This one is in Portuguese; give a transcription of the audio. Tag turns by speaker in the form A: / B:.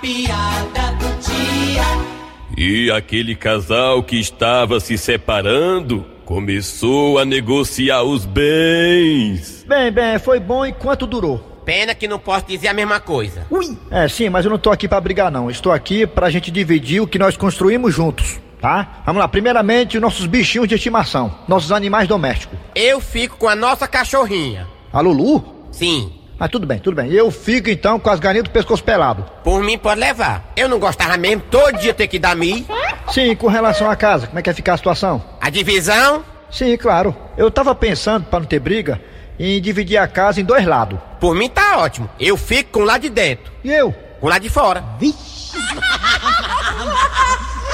A: piada do dia.
B: E aquele casal que estava se separando começou a negociar os bens.
C: Bem, bem, foi bom enquanto durou.
D: Pena que não posso dizer a mesma coisa.
C: Ui! É, sim, mas eu não tô aqui pra brigar, não. Estou aqui pra gente dividir o que nós construímos juntos, tá? Vamos lá, primeiramente, os nossos bichinhos de estimação, nossos animais domésticos.
D: Eu fico com a nossa cachorrinha.
C: A Lulu?
D: Sim,
C: Mas Ah, tudo bem, tudo bem. Eu fico então com as galinhas do pescoço pelado.
D: por mim pode levar. Eu não gostava mesmo todo dia ter que dar mim.
C: Sim, com relação à casa, como é que vai ficar a situação?
D: A divisão,
C: Sim, claro. Eu tava pensando, pra não ter briga, em dividir a casa em dois lados.
D: por mim tá ótimo. Eu fico com o lá de dentro,
C: E eu?
D: com o lá de fora.
C: Vixe!